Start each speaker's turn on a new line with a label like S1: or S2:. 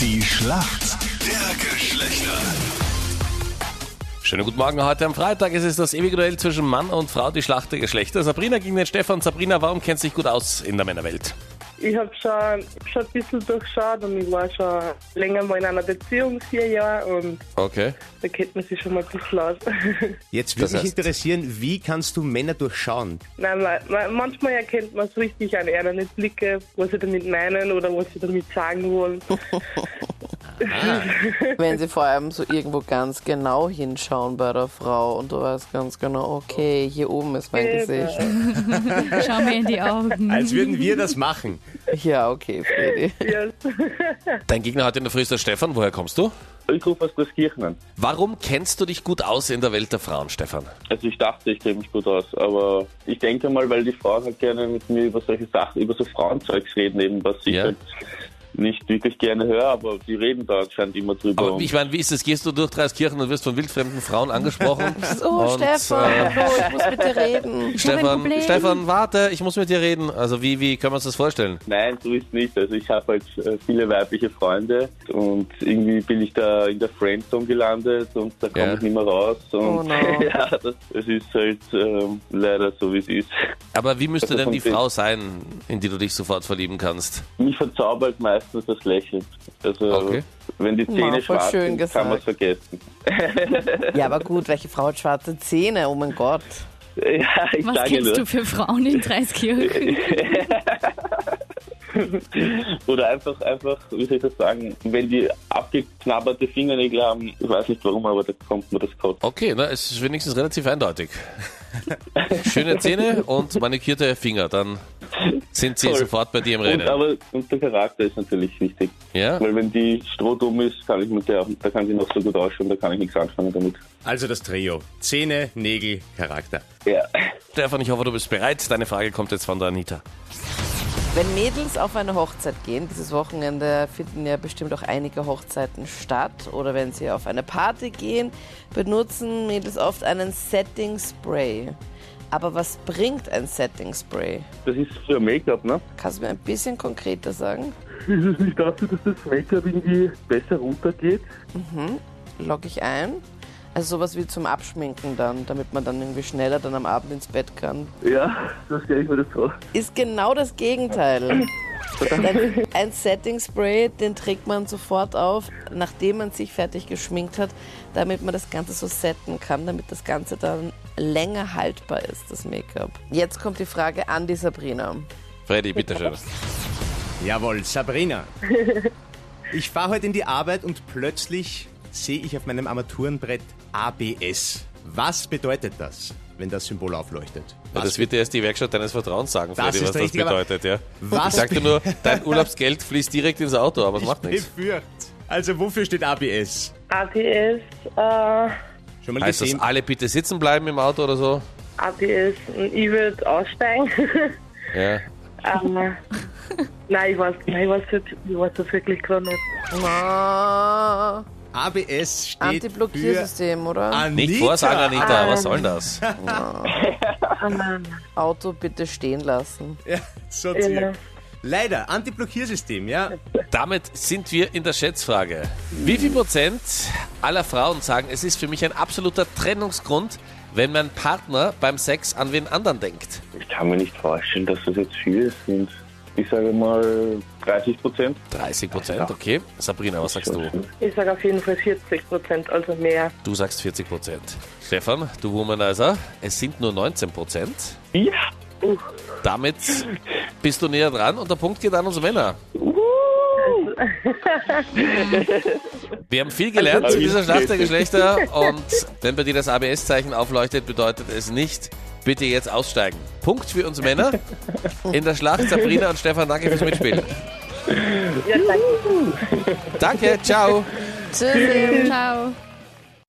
S1: Die Schlacht der Geschlechter.
S2: Schönen guten Morgen. Heute am Freitag ist es das ewige Duell zwischen Mann und Frau, die Schlacht der Geschlechter. Sabrina gegen den Stefan. Sabrina, warum kennst du dich gut aus in der Männerwelt?
S3: Ich habe schon, schon ein bisschen durchschaut und ich war schon länger mal in einer Beziehung, vier Jahre, und
S2: Okay.
S3: da kennt man sich schon mal ein bisschen aus.
S4: Jetzt
S2: Das
S4: würde mich
S2: heißt-
S4: interessieren, wie kannst du Männer durchschauen?
S3: Nein, ma- ma- manchmal erkennt man es richtig an ihren Blicke, was sie damit meinen oder was sie damit sagen wollen.
S5: Wenn sie vor allem so irgendwo ganz genau hinschauen bei der Frau und du weißt ganz genau, okay, hier oben ist mein Gesicht.
S6: Schau mir in die Augen.
S2: Also,
S4: Als würden wir das machen.
S5: Ja, okay, Freddy.
S3: Yes.
S2: Dein Gegner heute in der Früh ist der Stefan. Woher kommst du?
S7: Ich rufe aus Großkirchen an.
S2: Warum kennst du dich gut aus in der Welt der Frauen, Stefan?
S7: Also ich dachte, ich kenne mich gut aus, aber ich denke mal, weil die Frauen halt gerne mit mir über solche Sachen, über so Frauenzeugs reden, eben was ich
S2: Ja.
S7: halt nicht wirklich gerne höre, aber die reden da anscheinend immer drüber.
S2: Aber
S7: Und
S2: ich meine, wie ist es? Gehst du durch Dreiskirchen und wirst von wildfremden Frauen angesprochen?
S5: So,
S2: Und,
S5: Stefan,
S2: äh,
S5: hallo, ich muss mit dir reden.
S2: Stefan,
S6: Problem.
S2: Stefan, warte, ich muss mit dir reden. Also wie, wie können wir uns das vorstellen?
S7: Nein, so ist nicht. Also ich habe halt äh, viele weibliche Freunde und irgendwie bin ich da in der Friendzone gelandet und da komme
S2: Ja.
S7: ich nicht mehr raus. Und
S5: Oh no.
S7: ja, das, es ist halt ähm, leider so, wie es ist.
S2: Aber wie müsste
S7: Also
S2: denn
S7: vom
S2: die
S7: Bild.
S2: Frau sein, in die du dich sofort verlieben kannst?
S7: Mich verzaubert meistens das Lächeln. Also
S2: Okay.
S7: wenn die Zähne
S5: voll
S7: schwarz
S5: schön
S7: sind, kann man
S5: gesagt.
S7: es vergessen.
S5: Ja, aber gut, welche Frau hat schwarze Zähne? Oh mein Gott.
S7: Äh, Ja, ich
S6: Was
S7: sage
S6: kennst
S7: nur.
S6: du für Frauen in Dreiskirchen?
S7: Oder einfach, einfach, wie soll ich das sagen, wenn die abgeknabberte Fingernägel haben, ich weiß nicht warum, aber da kommt mir das Kot.
S2: Okay, na, es ist wenigstens relativ eindeutig. Schöne Zähne und manikierte Finger, dann sind sie
S7: Toll.
S2: sofort bei dir im
S7: Und,
S2: Rennen.
S7: aber, und der Charakter ist natürlich wichtig.
S2: Oh, Ja?
S7: Weil wenn die strohdumm ist, kann ich mit der, da kann sie noch so gut ausschauen, da kann ich nichts anfangen damit.
S4: Also das Trio. Zähne, Nägel, Charakter.
S7: Ja.
S2: Stefan, ich hoffe, du bist bereit. Deine Frage kommt jetzt von der Anita.
S5: Wenn Mädels auf eine Hochzeit gehen, dieses Wochenende finden ja bestimmt auch einige Hochzeiten statt, oder wenn sie auf eine Party gehen, benutzen Mädels oft einen Setting Spray. Aber was bringt ein Setting Spray?
S7: Das ist für Make-up, ne?
S5: Kannst du mir ein bisschen konkreter sagen?
S7: Ist es nicht dafür, dass das Make-up irgendwie besser runtergeht?
S5: Log ich ein? Also sowas wie zum Abschminken dann, damit man dann irgendwie schneller dann am Abend ins Bett kann.
S7: Ja, das stelle ich mir das vor.
S5: Ist genau das Gegenteil. Denn ein Setting Spray, den trägt man sofort auf, nachdem man sich fertig geschminkt hat, damit man das Ganze so setten kann, damit das Ganze dann länger haltbar ist, das Make-up. Jetzt kommt die Frage an die Sabrina.
S2: Freddy, bitteschön.
S4: Jawohl, Sabrina. Ich fahre heute in die Arbeit und plötzlich sehe ich auf meinem Armaturenbrett ABS. Was bedeutet das, wenn das Symbol aufleuchtet?
S2: Ja, das wird dir erst die Werkstatt deines Vertrauens sagen,
S4: Das
S2: Freddy,
S4: ist
S2: was das
S4: richtig, aber-
S2: bedeutet. Ja?
S4: Was
S2: Ich sagte nur, dein Urlaubsgeld fließt direkt ins Auto, aber es macht nichts.
S4: befürcht. Also wofür steht ABS?
S3: ABS, äh,
S4: Schon mal
S2: Heißt das,
S4: gesehen?
S2: alle bitte sitzen bleiben im Auto oder so?
S3: ABS, ich würde aussteigen.
S2: Ja.
S3: äh, nein, ich weiß, nein, ich weiß, jetzt- ich weiß das wirklich gar nicht.
S5: Ah,
S4: ABS steht für
S5: Antiblockiersystem, oder?
S4: Anita.
S2: Nicht vorsagen, Anita, was soll das?
S5: Auto bitte stehen lassen.
S4: Ja, so
S3: Ja.
S4: circa. Leider, Antiblockiersystem, ja.
S2: Damit sind wir in der Schätzfrage. Wie viel Prozent aller Frauen sagen, es ist für mich ein absoluter Trennungsgrund, wenn mein Partner beim Sex an wen anderen denkt?
S7: Ich kann mir nicht vorstellen, dass das jetzt viele sind. Ich sage mal 30 Prozent.
S2: 30 Prozent, okay. Sabrina, was sagst du?
S3: Ich sage auf jeden Fall 40 Prozent, also mehr.
S2: Du sagst 40 Prozent. Stefan, du Womanizer, es sind nur 19 Prozent.
S7: Ja.
S2: Damit bist du näher dran und der Punkt geht an uns Männer. Wir haben viel gelernt in dieser Schlacht der Geschlechter und wenn bei dir das ABS-Zeichen aufleuchtet, bedeutet es nicht, bitte jetzt aussteigen. Punkt für uns Männer in der Schlacht. Sabrina und Stefan, danke fürs Mitspielen.
S3: Ja, danke.
S2: Danke, ciao.
S5: Tschüss.
S6: Ciao.